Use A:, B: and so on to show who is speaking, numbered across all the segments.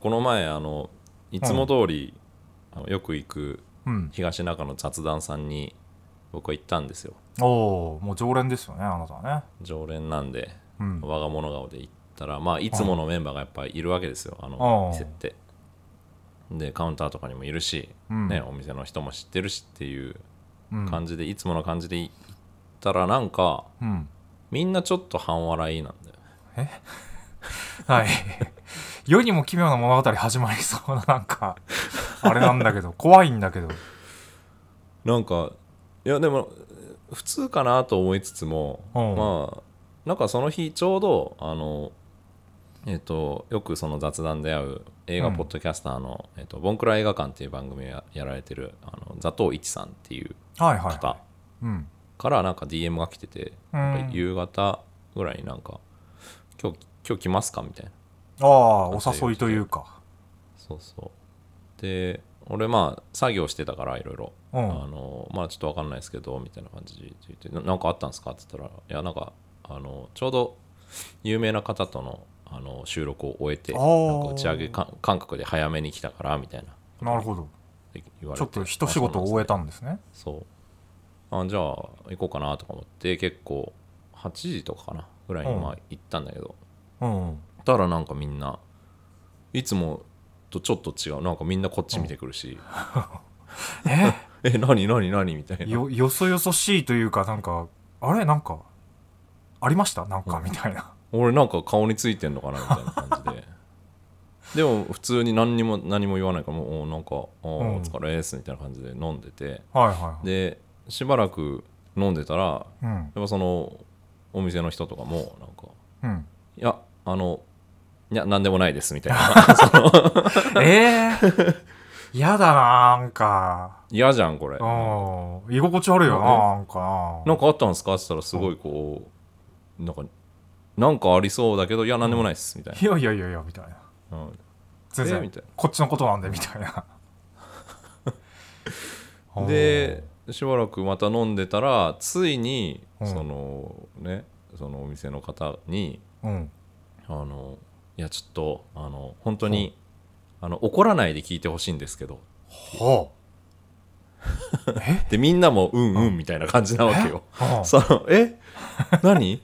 A: この前あのいつも通り、あのよく行く
B: うん。
A: 東中の雑談さんに僕は行ったんですよ
B: おお、もう常連ですよね、あなたはね。
A: 常連なんで
B: うん。
A: 我が物顔で行ったらまあいつものメンバーがやっぱいるわけですよあ
B: う
A: の
B: ん
A: 店ってでカウンターとかにもいるし、
B: うん
A: ね、お店の人も知ってるしっていう
B: うん。
A: 感じで、いつもの感じで行ったらなんか
B: うん。
A: みんなちょっと半笑いなんだよ
B: はい。 世にも奇妙な物語始まりそうな、なんか、あれなんだけど、怖いんだけど。
A: なんかいやでもえー普通かなと思いつつも、
B: うん
A: まあなんかその日ちょうどあのえっ、とよくその雑談で会う映画
B: うん
A: ポッドキャスターの、えっとボンクラ映画館っていう番組をややられてるあのザトウイチさんっていう
B: はいはい。
A: 方
B: うん。
A: からなんか DM が来てて、
B: うん
A: なんか夕方ぐらいになんか「今日今日来ますか?」みたいな
B: ああ、お誘いというか。
A: そうそうで俺まあ作業してたからいろいろ
B: う
A: あ
B: ん。
A: のまあちょっとわかんないですけどみたいな感じで言ってななんかあったんですか?」って言ったら「いやなんかあのちょうど有名な方とのあの収録を終えて
B: あ
A: なん
B: ー
A: か打ち上げか感覚で早めに来たから」みたいな
B: なるほど。
A: 言われ
B: ちょ
A: て
B: っと一仕事終えたんですね。
A: そうあじゃあ行こうかなとか思って結構8時とかかなぐらいに
B: うん
A: まあ行ったんだけど、
B: うん。
A: たらなんかみんないつもとちょっと違うなんかみんなこっち見てくるし
B: え
A: 「 え何何何?」みたいな
B: よ、よそよそしいというか、なんか、あれなんか、ありましたなんか、みたいな。
A: 俺なんか顔についてんのかなみたいな感 じででも普通に何にも何も言わないからもうおなんかあー
B: うん
A: お疲れですみたいな感じで飲んでて
B: はいはい。
A: でしばらく飲んでたら
B: うん。
A: やっぱそのお店の人とかもなんか
B: うん。
A: いやあのいや何でもないですみたいな その
B: ええやだな、なんか。
A: 嫌じゃんこれ
B: うん。居心地悪いよな、なんかな。
A: なんかあったんですかって言ったらすごいこうなんかなんかありそうだけどいや何でもないです みたい
B: いやいやいやいや、みたいな。
A: な、うん
B: 全
A: え
B: 然、
A: みたいな
B: こっちのことなんで、みたいな。
A: でしばらくまた飲んでたらついに
B: うん
A: そのねそのお店の方に
B: うん、
A: 「あのいやちょっとあの本当にあの怒らないで聞いてほしいんですけど
B: ほう。え」
A: でみんなも「うんうん」みたいな感じなわけよ。
B: うん
A: そのえ何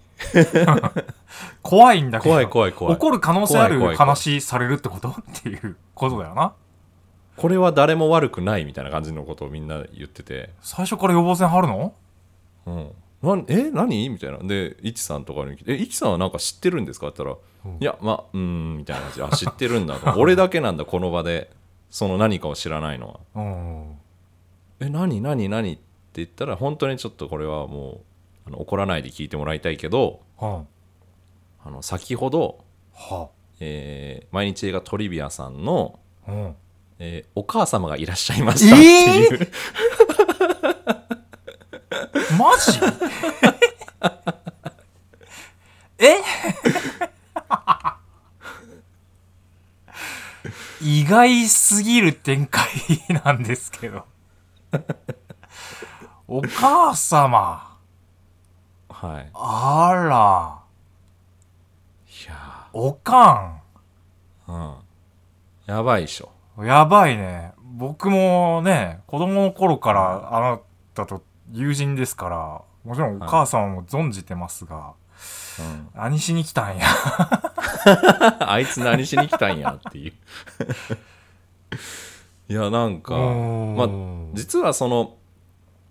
B: 怖いんだけど。
A: 怖い怖い怖い
B: 怒る可能性あ
A: 怖
B: る
A: い怖い怖い
B: 話されるってこと っていうことだよな。
A: これは誰も悪くないみたいな感じのことをみんな言ってて
B: 最初から予防線張るの
A: 「うん、なんえ何?」みたいなでいちさんとかに来て「えいちさんはなんか知ってるんですか?」って言ったら「
B: うん
A: いやまあうーん」みたいな感じで「あ知ってるんだと」 俺だけなんだこの場でその何かを知らないのは
B: うん。
A: 「え何何何?」って言ったら本当にちょっとこれはもうあの怒らないで聞いてもらいたいけど
B: うん。
A: あの先ほど、
B: は
A: えー毎日映画トリビアさんの、
B: うん。
A: えーお母様がいらっしゃいましたっていう、
B: マジえ意外すぎる展開なんですけど。お母 様。
A: はい、い
B: あ
A: や
B: ら、おか
A: ー、うん、やばいでしょ
B: ん。やばいね。僕もね、子供の頃からあなたと友人ですから、もちろんお母様も存じてますが、
A: うん、
B: 何しに来たんや。
A: あいつ何しに来たんやっていう いやなんかまあ
B: うん
A: 実はその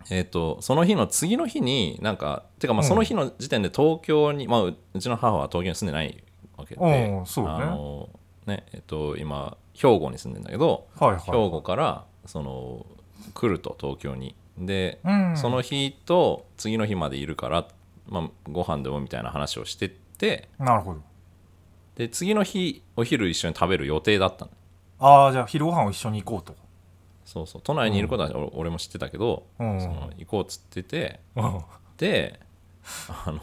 A: えっ、とその日の次の日になんかてかまあ
B: うん
A: その日の時点で東京に、まあううちの母は東京に住んでないわけで、
B: うんそうね
A: あのねえっ、と今兵庫に住んでんだけど
B: はいはい。
A: 兵庫からその来ると東京にで、
B: うん。
A: その日と次の日までいるから、まあ、ご飯でもみたいな話をしてって
B: なるほど。
A: で次の日お昼一緒に食べる予定だったの
B: ああ、じゃあ昼ご飯を一緒に行こうと。
A: そうそう都内にいることは俺,、俺も知ってたけど、
B: うん
A: その行こうっつってて
B: うん。
A: であの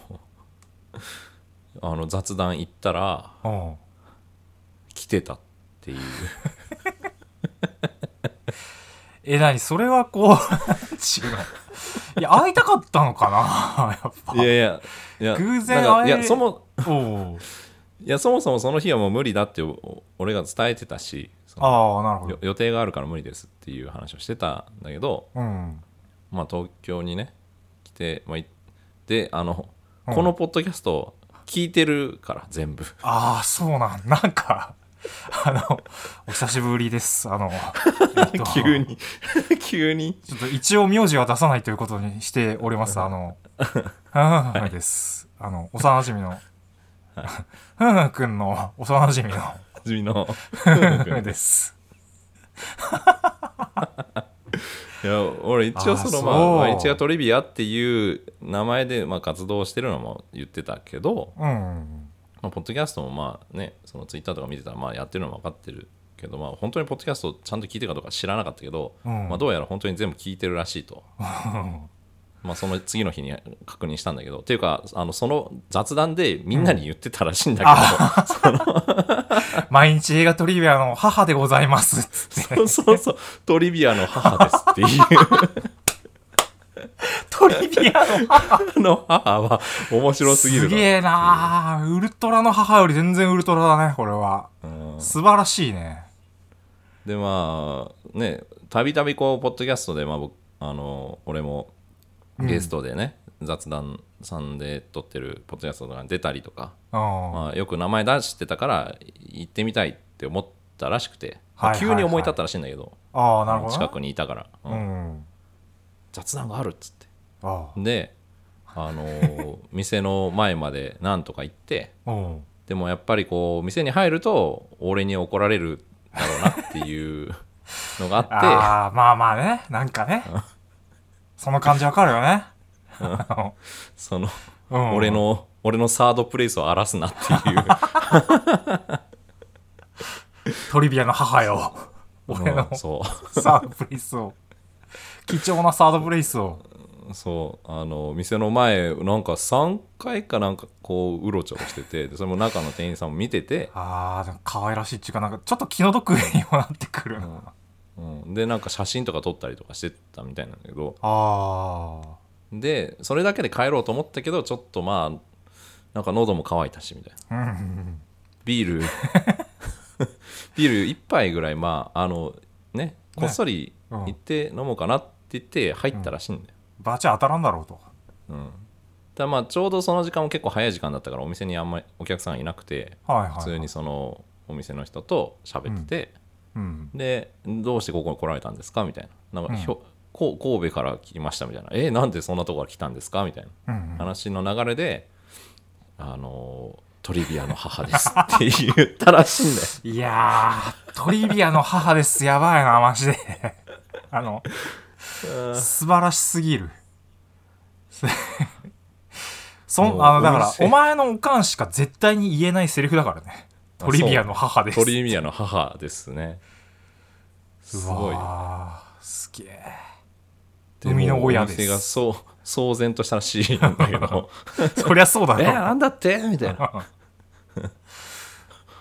A: あの雑談行ったら
B: うん。
A: 来てたっていう
B: え、なに、それはこう、 なんちゅうの。いや、会いたかったのかな やっぱ。
A: いやいやいや
B: 偶然
A: なんか
B: 会え
A: いやそも
B: おう
A: いやそもそもその日はもう無理だってお俺が伝えてたしその
B: ああ、なるほ
A: よ
B: ど。
A: 予定があるから無理ですっていう話をしてたんだけど、
B: うん。
A: まあ、東京にね来て、まあ、いであの、
B: うん
A: このポッドキャストを聞いてるから全 部
B: ああ、そうなん、なんか、 あの、お久しぶりです。あの、えっと
A: 急に 急に
B: ちょっと一応名字は出さないということにしております。あの、ふんふんです。あの、幼馴染の、ふんふんくんの幼馴染の
A: 初め の
B: ふんふんです。
A: いや俺一応その
B: あー
A: ま
B: そう
A: あ「毎日がトリビア」っていう名前でまあ活動してるのも言ってたけど、
B: うん。
A: まあ、ポッドキャストもまあねそのツイッターとか見てたらまあやってるのも分かってるけどまあ本当にポッドキャストをちゃんと聞いてるかどうか知らなかったけど、
B: うん
A: まあ、どうやら本当に全部聞いてるらしい と、
B: うん
A: まあ、その次の日に確認したんだけどっていうかあのその雑談でみんなに言ってたらしいんだけど、
B: 毎日映画トリビアの母でございます。つっ て。
A: そうそうそうトリビアの母ですっていう
B: トリビアの母
A: あの母は面白すぎる
B: すげえなーウルトラの母より全然ウルトラだね、これは。
A: うん
B: 素晴らしいね。
A: でまあねたびたびこうポッドキャストで、まあ、僕あの俺もゲストでね、雑談さんで撮ってるポッドキャストとかに出たりとか、
B: うん。
A: まあ、よく名前出してたから行ってみたいって思ったらしくて、まあ
B: はいはい
A: 急に思い立ったらしいんだけど、
B: ああ、なるほど、ね。
A: 近くにいたから、うん
B: うん。
A: 雑談があるっつって
B: あ
A: であの ー店の前までなんとか行って
B: あ。うん。
A: でもやっぱりこう店に入ると俺に怒られるだろうなっていうのがあって
B: ああ、まあまあね。なんかね。その感じわかるよね。
A: その、
B: うん
A: 俺。の俺のサードプレイスを荒らすなって いう
B: トリビアの母よ。俺の
A: うんそ
B: サードプレイスを。貴重なサードプレイスを。
A: うそうあの店の前なんか3回かなんかこううろちょろしててでそれも中の店員さんも見てて、
B: ああ、でも可愛らしいっていうか、なんかちょっと気の毒にもなってくるな。あ
A: うん、でなんか写真とか撮ったりとかしてたみたいなんだけど
B: あ。
A: でそれだけで帰ろうと思ったけどちょっとまあなんか喉も渇いたしみたいな
B: うんうん
A: ビール ビール1杯ぐらいまああのねこっそり行って飲もうかなって言って入ったらしいんだよ、
B: バチ当たらんだろうと。
A: うん、ただまあちょうどその時間も結構早い時間だったからお店にあんまりお客さんいなくて
B: はいはい、はい。
A: 普通に。そのお店の人と喋ってて、
B: うん。
A: でどうしてここに来られたんですかみたいななんかひ
B: う
A: ょ、こう神戸から来ましたみたいなえなんでそんなとこから来たんですかみたいな
B: うんうん、
A: 話の流れで、あのトリビアの母ですって 言ったらしいんだよ
B: いやー、トリビアの母です。やばいな、マジで。 あの、素晴らしすぎる。 そ
A: も
B: ん
A: う
B: あのだか
A: うる
B: ら
A: せえ
B: お前のおかんしか絶対に言えないセリフだからねトリビアの母です
A: トリビアの母ですねすごいよ
B: うわーすげえ
A: で
B: 生みの
A: もう
B: 親
A: お
B: です
A: 店がそう騒然としたらしいんだけ ど
B: そりゃそうだ
A: え
B: ろ
A: なんだってみたいな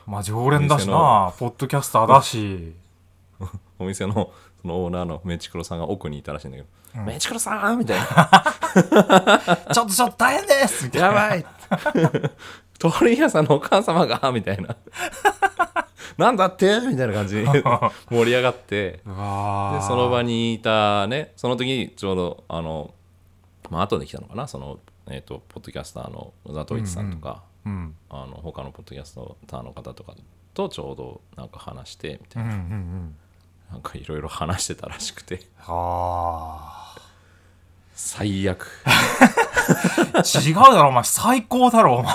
B: まあ常連だし
A: お店の
B: なポッドキャスターだし
A: お店のそのオーナーのメチクロさんが奥にいたらしいんだけど、
B: うん
A: メチクロさんみたいな
B: ちょっとちょっと大変ですみたいな
A: やばい鳥居屋さんのお母様がみたいななんだってみたいな感じ で盛り上がって
B: うわ
A: で
B: ー
A: その場にいたねその時にちょうどあのまあ後で来たのかなその、えー、とポッドキャスターの小沢統一さんとか、
B: うん
A: あの他のポッドキャスターの方とかとちょうどなんか話してみた
B: う
A: い
B: んうんうん
A: ななんかいろいろ話してたらしくて
B: あ
A: 最悪
B: ー違うだろお前最高だろお前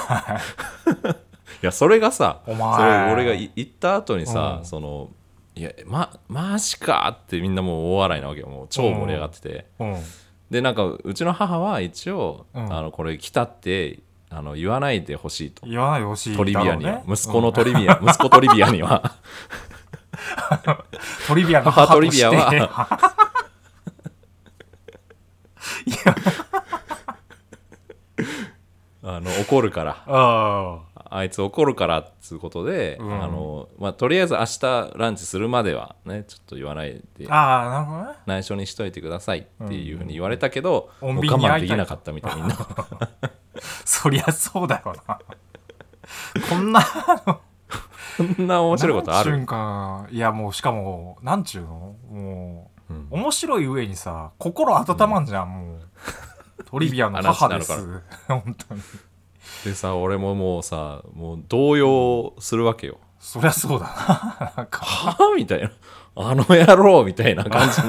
A: いやそれがさそ
B: お
A: れ
B: 前
A: 俺がい行った後にさ、
B: うん
A: そのいやまマジかってみんなもう大笑いなわけよもう超盛り上がってて、
B: うん
A: でなんかうちの母は一応、
B: うん
A: あのこれ来たってあの言わないでほしいと
B: 言わないでほしいだ
A: ト
B: ろう
A: リ
B: ね、
A: ビアには、息子
B: う
A: の
B: ん
A: トリビ ア、息子トリビアには
B: トリビアの
A: 母
B: 母
A: ト
B: と
A: リ
B: して
A: ビア
B: はい
A: あの怒るから
B: や
A: あいつ怒るからっつうことで、
B: うん
A: あのまあ、とりあえず明日ランチするまではねちょっと言わないで
B: うんああなるほどね
A: 内緒にしといてくださいっていうふうに言われたけど、
B: うん
A: もう
B: 穏便に
A: 我慢
B: 会
A: で
B: い
A: き
B: たい
A: なかったみたいみんな
B: そりゃそうだよなこんな
A: そんな面白いことあ
B: なんちゅう
A: る
B: んかいやもうしかもなんちゅうのもう
A: うん
B: 面白い上にさ心温まんじゃん、もうトリビアの母です
A: 話に
B: 本当に
A: でさ俺ももうさもう動揺するわけよ
B: そりゃそうだななんか
A: はあみたいなあの野郎みたいな感じに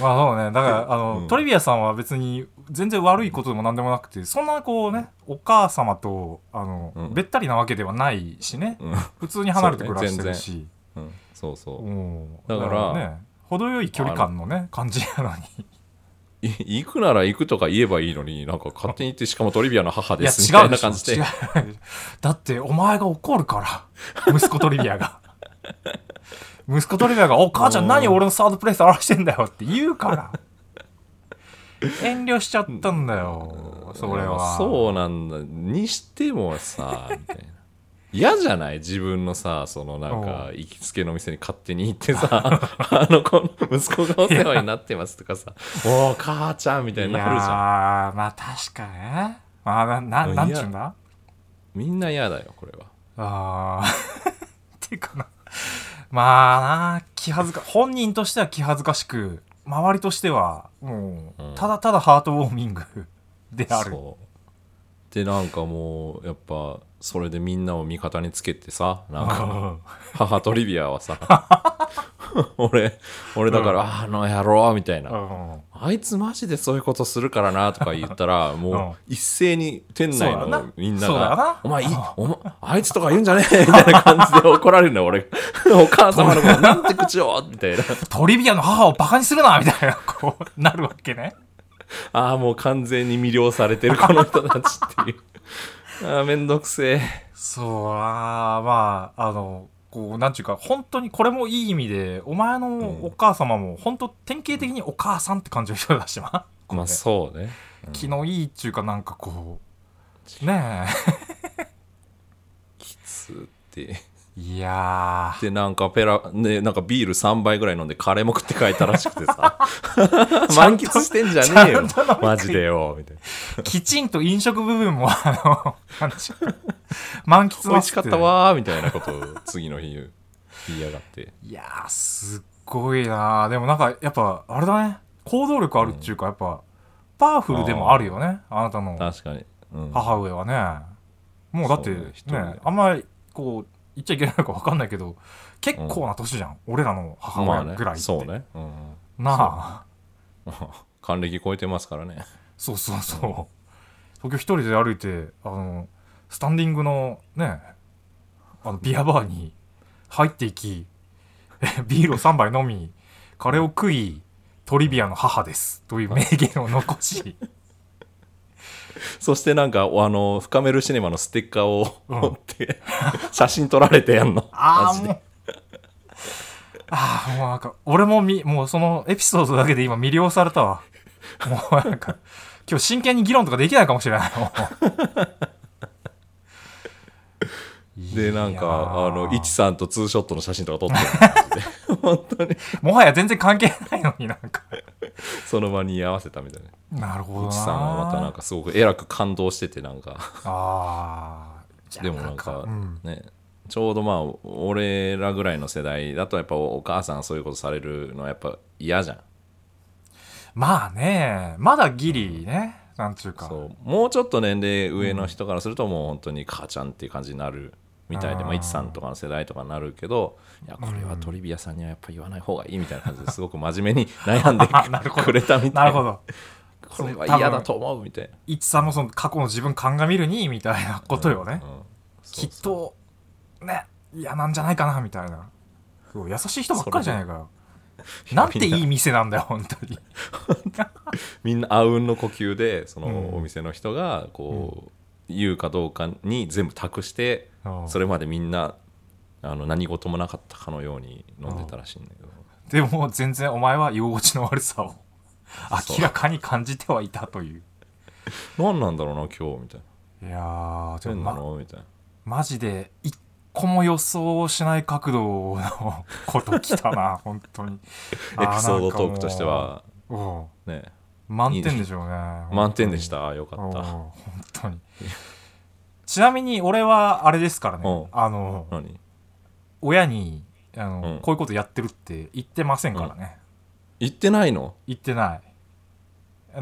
B: まあそうねだからあの、
A: うん
B: トリビアさんは別に全然悪いことでも何でもなくてそんなこうねお母様とあの、
A: うん
B: べったりなわけではないしね
A: うん、
B: 普通に離れて暮らしてるし、
A: うん、そうそう
B: うん
A: 然だから
B: ね程よい距離感のね感じやのに
A: い行くなら行くとか言えばいいのになんか勝手に行ってしかもトリビアの母
B: い
A: で
B: や
A: すみ
B: 違
A: た
B: う
A: い
B: で
A: な
B: しょ
A: 感じで
B: 違うだってお前が怒るから息子トリビアが息子トリビアが「お母ちゃん何俺のサードプレイス表してんだよ」って言うから遠慮しちゃったんだよそれは
A: そうなんだにしてもさみたいな嫌じゃない自分のさそのなんか行きつけの店に勝手に行ってさ あの子の息子がお世話になってますとかさおお母ちゃんみたい
B: い
A: に
B: や
A: なるじゃん
B: ーまあ確かねまあなななんちゅうんだ
A: みんな嫌だよこれは
B: あー っていうかなまあな気恥ずか本人としては気恥ずかしく周りとしてはもう、
A: うん
B: ただただハートウォーミング である
A: そうでなんかもうやっぱそれでみんなを味方につけてさなんか母トリビアは さ俺俺だから、あの野郎みたいな、
B: うん
A: あいつマジでそういうことするからなとか言った ら、もう一斉に店内
B: そうだな
A: のみんな
B: そうだな
A: が、お前いお前、あいつとか言うんじゃねえみたいな感じで怒られるのよ、俺。 お母様のこと、なんて口をみたいな。
B: トリビアの母をバカにするなみたいなこうなるわけね
A: ああ、もう完全に魅了されてる、この人たちって いう。ああ、めんどくせえ。
B: そうあーまああのこうなんちゅうか本当にこれもいい意味でお前のお母様も本当典型的にお母さんって感じの人だしな、
A: まあ、そうね。
B: 気のいいっちゅうかなんかこうね
A: きつって。
B: えいや
A: で、なんかペラ、ね、なんかビール3杯ぐらい飲んで、カレーも食って帰ったらしくて さ。満喫してんじゃねえよ
B: ちゃんと飲み食。い
A: マジでよ。みたいな。
B: ーきちんと飲食部分もあの なんちゅうか満喫
A: 美
B: な
A: 味しかったわーみたいなことを次の日言う言いやがって
B: いやーすっごいなーでもなんかやっぱあれだね行動力あるっちゅうか、やっぱパワフルでもあるよねあなたの
A: 確かに、うん、
B: 母上はねもうだって
A: そうね
B: ね
A: 一人で
B: あんまりこう言っちゃいけないのか分かんないけど結構な年じゃん、俺らの母
A: まあ
B: 親
A: ね
B: ぐらいって、
A: そうね、うん、
B: なあ
A: 還暦超えてますからね
B: そうそうそう東京一人で歩いてあのスタンディングのねあのビアバーに入っていきえビールを3杯飲みカレーを食いトリビアの母ですという名言を残し
A: そしてなんかおあの深めるシネマのステッカーを
B: うん
A: 持って、写真撮られてやんの
B: あ
A: マ
B: あ
A: ジ
B: もう
A: で
B: ああもうなんか俺もみもうそのエピソードだけで今魅了されたわもうなんか今日真剣に議論とかできないかもしれないもう
A: でなん
B: いや
A: か
B: ー
A: あのいちさんとツーショットの写真とか撮って る本当に
B: もはや全然関係ないのになんか
A: その場に居合わせたみたいな
B: なるほどない
A: ちさんはまたなんかすごくえらく感動しててなんか
B: ああじ ゃあ
A: でもなんか
B: うん
A: ね、ちょうどまあ俺らぐらいの世代だとやっぱお母さんそういうことされるのはやっぱ嫌じゃん
B: まあねまだギリねなんちゅうか
A: そうもうちょっと年齢上の人からするともう本当に母ちゃんっていう感じになるみたいで、
B: あー
A: まあ、いちさんとかの世代とかになるけどいやこれはトリビアさんにはやっぱ言わない方がいいみたいな感じですごく真面目に悩んで
B: あなるほど
A: くれたみた
B: ないる
A: な
B: ほど
A: これは嫌だと思うみたいな、
B: いちさんもその過去の自分鑑みるにみたいなことよね、
A: うんそ
B: き
A: う
B: っ
A: そう
B: とね嫌なんじゃないかなみたいなすごい優しい人ばっかりじゃないかよなんていい店なんだよ本当に
A: みんなあうんの呼吸でそ
B: うん
A: のお店の人がこう、言うかどうかに全部託してそ
B: れ
A: れまでみんなあの何事もなかったかのように飲んでたらしいんだけど
B: でも全然お前は居心地の悪さを
A: そう
B: 明らかに感じてはいたという
A: 何なんだろうな今日みたいない
B: やーで
A: 何
B: も、
A: な
B: ま、
A: のみたいな
B: マジで一個も予想しない角度の こときたな本当に
A: エピソードトークとしては
B: あーなんかもう
A: ね
B: 満点でしょうね。
A: 満点でしたあよか
B: 本
A: った
B: 当に。おー本当に。ちなみに俺はあれですから
A: うん
B: ね。あの、
A: 何
B: 親にあの、
A: うん
B: こういうことやってるって言ってませんからね。
A: 言ってないの
B: 言ってない。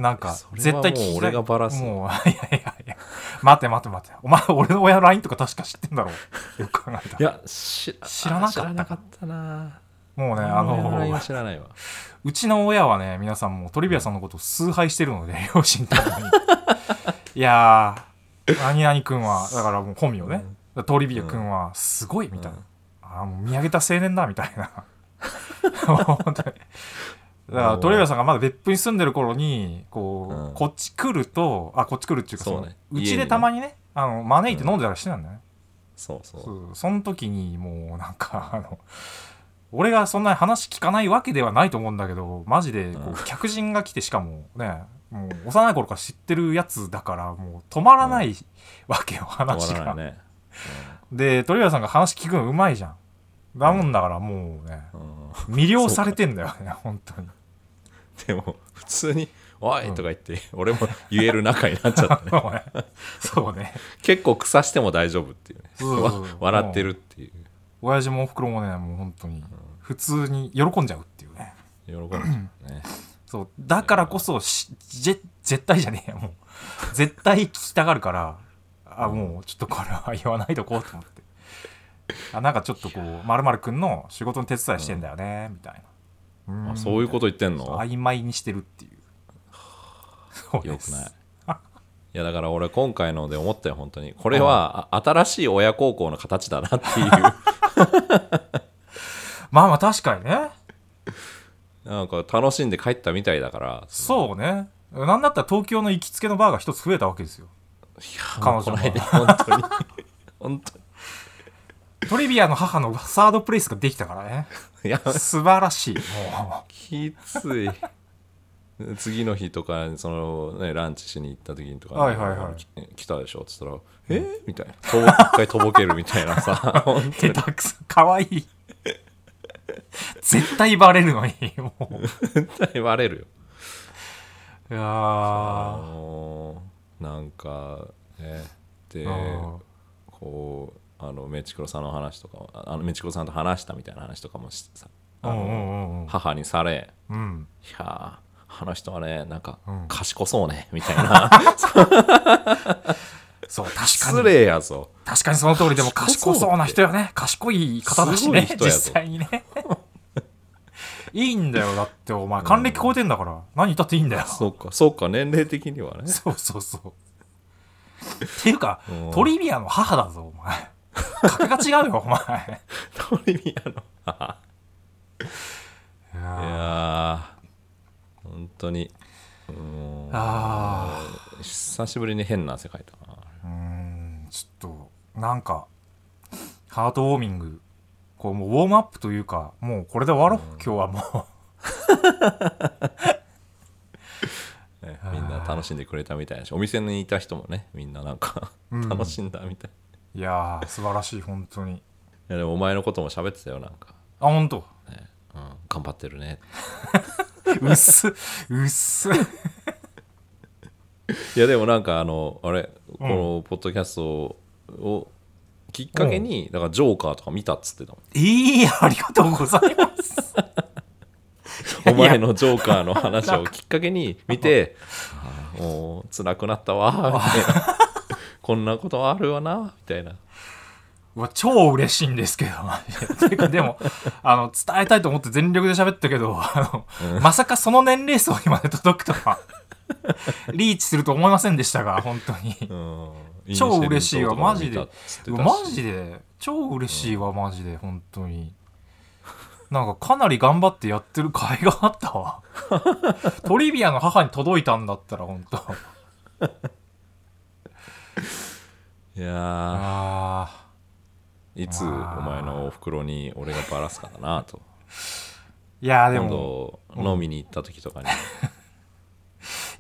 B: なんか
A: それは
B: 絶対聞
A: もう
B: きた
A: 俺
B: い。
A: がバラす
B: もうい やいやいや。待て待て待て。お前俺の親の LINE とか確か知ってんだろう。よく考えたら
A: いや知ら
B: 知らなかった
A: 知らなかったな
B: もうね、あ
A: 俺は
B: の、
A: 知らないわ
B: うちの親はね、皆さんもうトリビアさんのことを崇拝してる ので、両親ともに。いやー、何々君は、だからもう本名ね、トリビア君はすごいみたいな。あーもう見上げた青年だみたいな。 本当に。だからトリビアさんがまだ別府に住んでる頃にこう、
A: うん
B: こっち来るとあこっち来るっていうかそ
A: そう
B: の
A: ね
B: う
A: 家
B: ち
A: に
B: で
A: ね
B: たまにねあの招いて飲んでたりしてたんだよね、
A: そうそう
B: そうその時にもうなんか あの俺がそんなに話聞かないわけではないと思うんだけどマジでこう
A: うん
B: 客人が来てしかもねもう幼い頃から知ってるやつだからもう止まらないわけよ、話
A: 終わ
B: が、
A: らないね
B: で鳥谷さんが話聞くのうまいじゃんだもんだからもうね
A: うんうん
B: 魅了されてんだよね本当に
A: でも普通に「おい!」とか言って俺も言える仲になっちゃ ったね
B: もうねそうね
A: 結構腐しても大丈夫っていうね
B: そうそうそう
A: わ笑ってるっていう
B: 親父もおふくろもねもう本当に普通に喜んじゃうっていうね
A: 喜んでるね
B: そうだからこそしぜ絶対じゃねえよもう 絶対聞きたがるからあもうちょっとこれは言わないとこうと思ってあなんかちょっとこうまるくんの仕事の手伝いしてんだよね、みたいな
A: あそういうこと言ってん
B: と
A: の
B: 曖昧にしてるっていうそう
A: よ
B: で
A: く
B: す
A: ない いやだから俺今回ので思ったよ本当にこれはあ新しい親孝行の形だなって いう
B: まあまあ確かにね
A: なんか楽しんで帰ったみたいだから
B: そうねなんだったら東京の行きつけのバーが一つ増えたわけですよ
A: いや
B: 彼
A: もう
B: 女
A: こ
B: は
A: ないで 本当に本当に
B: トリビアの母のサードプレイスができたか らね
A: いや
B: 素晴らしいも
A: きつい 次の日とかその、ね、ランチしに行った時にとか、
B: はいはいはい
A: き来たでしょっつったら「えみたいなとぼ一回とぼけるみたいなさ 本
B: う下手くそかわいい絶対バレるのにもう
A: 当にバレるよ
B: いやー
A: もうなんかねで
B: うん
A: こうあのメチクロさんの話とかもああのメチクロさんと話したみたいな話とかもしてさあ
B: うんう
A: の
B: んうん
A: 母にされ
B: うんうん
A: 「いやーあの人はねなんか
B: うん
A: 賢そうね」みたい な
B: そう
A: 「
B: 確
A: 失
B: かに
A: 礼やぞ
B: 確かにその通りでも賢そうな人よね賢い方だしね
A: すごい人
B: 実
A: やぞ
B: 際にね いいんだよだってお前還暦超えてんだから、何言ったっていい んだよ」
A: そ
B: そう
A: かそうか年齢的にはね
B: うそうそうっていうか
A: うん
B: トリビアの母だぞお前格が違うよお前
A: ト リビアの母
B: い
A: い
B: や
A: やー本当にもう
B: あ
A: 久しぶりに変な汗かいたな
B: ーうーんちょっとなんかハートウォーミングこうもうウォームアップというかもうこれで終わろう、今日はも
A: ねみんな楽しんでくれたみたいだしお店にいた人もねみんななんか
B: う ん
A: 楽しんだみたい、
B: う いやー素晴らしい本当に
A: いやでもお前のことも喋ってたよなんか、
B: あ本当
A: ねうん、頑張ってるね
B: うっすうっす
A: いやでもなんかあのあれこ
B: うん
A: のポッドキャストをきっかけに、だからジョーカーとか見たっつってたも
B: いいありがとうございます
A: んお前のジョーカーの話をきっかけに見てあーもう辛くなったわーみたいなこんなことあるわなみたいな
B: うわ超嬉しいんですけどてかでもあの伝えたいと思って全力で喋ったけどあの、まさかその年齢層にまで届くとはリーチすると思いませんでしたが本当に
A: うん
B: 超嬉しいわ
A: イニシエリン島とかも見たっつってたし
B: マジで超嬉しいわ、マジで本当になんかかなり頑張ってやってる甲斐があったわ トリビアの母に届いたんだったら本当
A: いやー
B: あ
A: いつお前のおふくろに俺がバラすかだなと。
B: ーいやーで
A: 今
B: も
A: 度飲みに行った時とかに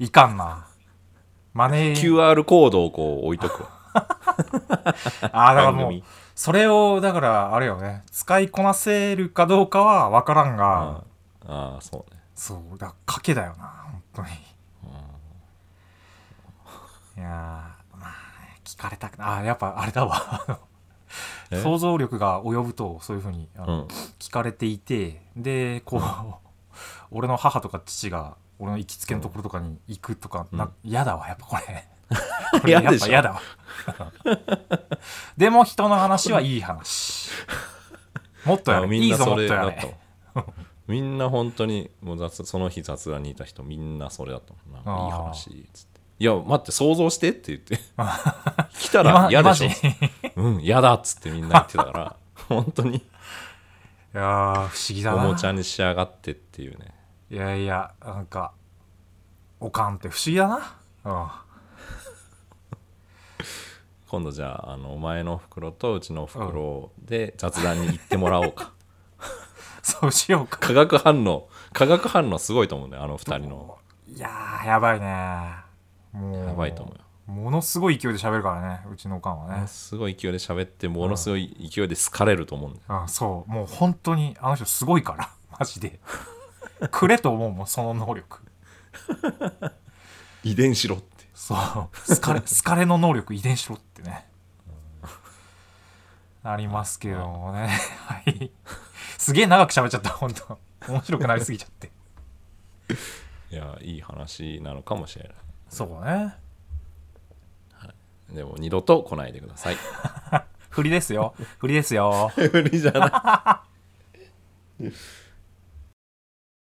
B: いかんなマネー
A: QR コードをこう置いとくわ。
B: あーだから
A: 番
B: もう
A: 組。
B: それをだからあれよね使いこなせるかどうかは分からんが、
A: ああ、そうね。
B: そうだ賭けだよな本当にいやーまあ聞かれたくなあやっぱあれだわあの
A: え
B: 想像力が及ぶとそういうふうにあ
A: う
B: の、
A: ん
B: 聞かれていてでこう、俺の母とか父が俺の行きつけのところとかに行くとか、
A: うん
B: な嫌だわやっぱこれ これ
A: 嫌
B: やっ
A: でし
B: ぱ
A: ょ
B: 嫌だわ でも人の話はいい話 もっとや
A: あ
B: れ
A: み
B: い
A: ん
B: い
A: な
B: ぞ
A: そ
B: もっ
A: れ
B: とや
A: だった
B: れ
A: わ みんな本当にもう雑その日雑談にいた人みんなそれだったもんなんか
B: あー
A: いい話っつって「いや待って想像して」って言って 来たら嫌でしょ
B: 今今しい
A: うん嫌だっつってみんな言ってたから 本当に
B: やー不思議だ
A: お
B: な
A: もちゃに仕上がってっていうね
B: いやいやなんかおかんって不思議だなう
A: 今度じゃああのお前の袋とうちの袋で雑談に行ってもらおう か
B: んそうしようか
A: 化学反応化学反応すごいと思うねあの二人の
B: いやーやばいねもう
A: やばいと思うよ
B: ものすごい勢いで喋るからねうちのおかんはね
A: すごい勢いで喋ってものすごい勢いで好かれると思うんだよ
B: あそうもう本当にあの人すごいから マジでくれと思うもんその能力
A: 遺伝しろって
B: そう好 かれ好かれの能力遺伝しろってねありますけどもねはいすげえ長く喋っちゃった本当面白くなりすぎちゃって
A: いやいい話なのかもしれな
B: そうね
A: いでも二度と来ないでください
B: 振りですよ振りですよ
A: 無理じゃない